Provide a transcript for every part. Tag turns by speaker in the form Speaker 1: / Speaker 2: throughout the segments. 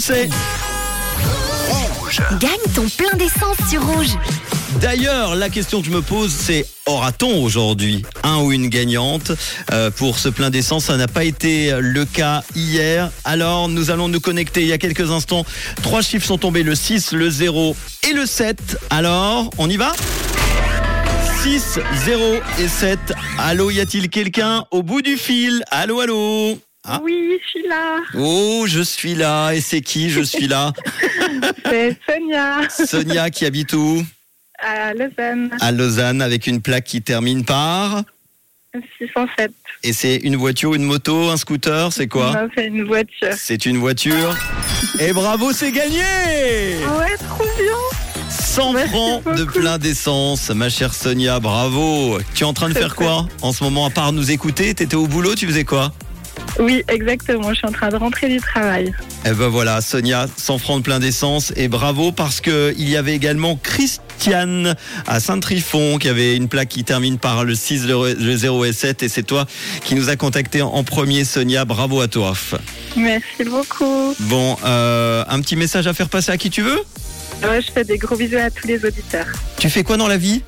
Speaker 1: C'est
Speaker 2: Gagne ton plein d'essence sur rouge.
Speaker 1: d'ailleurs la question que je me pose, c'est aura-t-on aujourd'hui un ou une gagnante Euh, pour ce plein d'essence Ça n'a pas été le cas hier. Alors nous allons nous connecter. Il y a quelques instants, trois chiffres sont tombés le 6, le 0 et le 7. Alors on y va 6, 0 et 7. Allô, y a-t-il quelqu'un au bout du fil Allô, allô Ah.
Speaker 3: Oui, je suis là.
Speaker 1: Oh, je suis là. Et c'est qui Je suis là.
Speaker 3: C'est
Speaker 1: Ah.
Speaker 3: Sonia
Speaker 1: Sonia qui habite où
Speaker 3: à Lausanne,
Speaker 1: À Lausanne avec une plaque qui termine par.
Speaker 3: 607.
Speaker 1: Et c'est une voiture, une moto, un scooter, c'est quoi
Speaker 3: Non, C'est une voiture.
Speaker 1: C'est une voiture. Et bravo, c'est gagné Ah
Speaker 3: Ouais, trop bien.
Speaker 1: 100
Speaker 3: Merci
Speaker 1: francs de
Speaker 3: beaucoup.
Speaker 1: plein d'essence, ma chère Sonia, bravo Tu es en train de
Speaker 3: C'est
Speaker 1: faire quoi en ce moment, à part nous écouter T'étais au boulot, tu faisais quoi
Speaker 3: Oui, exactement. Je suis en train de rentrer du travail.
Speaker 1: Eh ben voilà, Sonia, 100 francs de plein d'essence et bravo parce que il y avait également Christiane à Saint-Trifon qui avait une plaque qui termine par le 6, le le 0 et 7 et c'est toi qui nous a contacté en premier, Sonia, bravo à toi.
Speaker 3: Merci beaucoup.
Speaker 1: Bon, euh, un petit message à faire passer à qui tu veux
Speaker 3: Ah Ouais, je fais des gros bisous à tous les auditeurs.
Speaker 1: Tu fais quoi dans la vie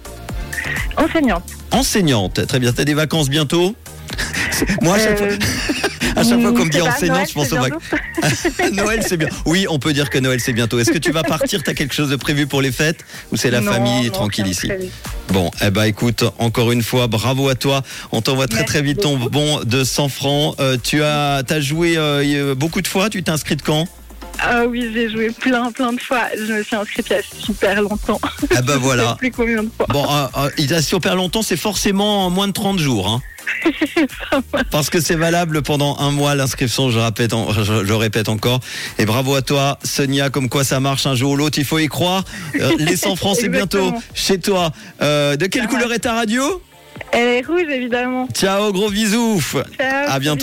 Speaker 3: Enseignante.
Speaker 1: Enseignante, très bien, t'as des vacances bientôt Moi, à chaque,
Speaker 3: Euh,
Speaker 1: fois, à chaque fois qu'on me
Speaker 3: je sais
Speaker 1: dit
Speaker 3: pas,
Speaker 1: enseignante,
Speaker 3: Noël,
Speaker 1: je pense
Speaker 3: Euh, c'est
Speaker 1: aux vacances.
Speaker 3: bientôt.
Speaker 1: Noël, c'est bien. Oui, on peut dire que Noël, c'est bientôt. Est-ce que tu vas partir T'as quelque chose de prévu pour les fêtes Ou c'est la
Speaker 3: Non,
Speaker 1: famille
Speaker 3: non,
Speaker 1: tranquille
Speaker 3: rien
Speaker 1: ici
Speaker 3: de prévu.
Speaker 1: Bon, eh ben écoute, encore une fois, bravo à toi. On t'envoie très
Speaker 3: Merci
Speaker 1: très vite ton bon de 100 francs. Euh, tu as t'as joué euh, y- euh, beaucoup de fois. Tu t'es inscrite quand
Speaker 3: Ah oui, j'ai joué plein, plein de fois. Je me suis inscrite il y a super longtemps.
Speaker 1: Ah ben
Speaker 3: Je sais
Speaker 1: voilà.
Speaker 3: plus combien de fois.
Speaker 1: Bon, euh, euh, il a super longtemps. C'est forcément en moins de 30 jours, hein. Parce que c'est valable pendant un mois l'inscription. Je répète, en- je, je répète encore. Et bravo à toi, Sonia. Comme quoi ça marche un jour ou l'autre. Il faut y croire. Euh, les 100 francs, c'est bientôt
Speaker 3: Exactement.
Speaker 1: chez toi. Euh, de quelle
Speaker 3: Ça
Speaker 1: couleur est ta radio
Speaker 3: Elle est rouge, évidemment.
Speaker 1: Ciao, gros bisous.
Speaker 3: Ciao.
Speaker 1: À bientôt.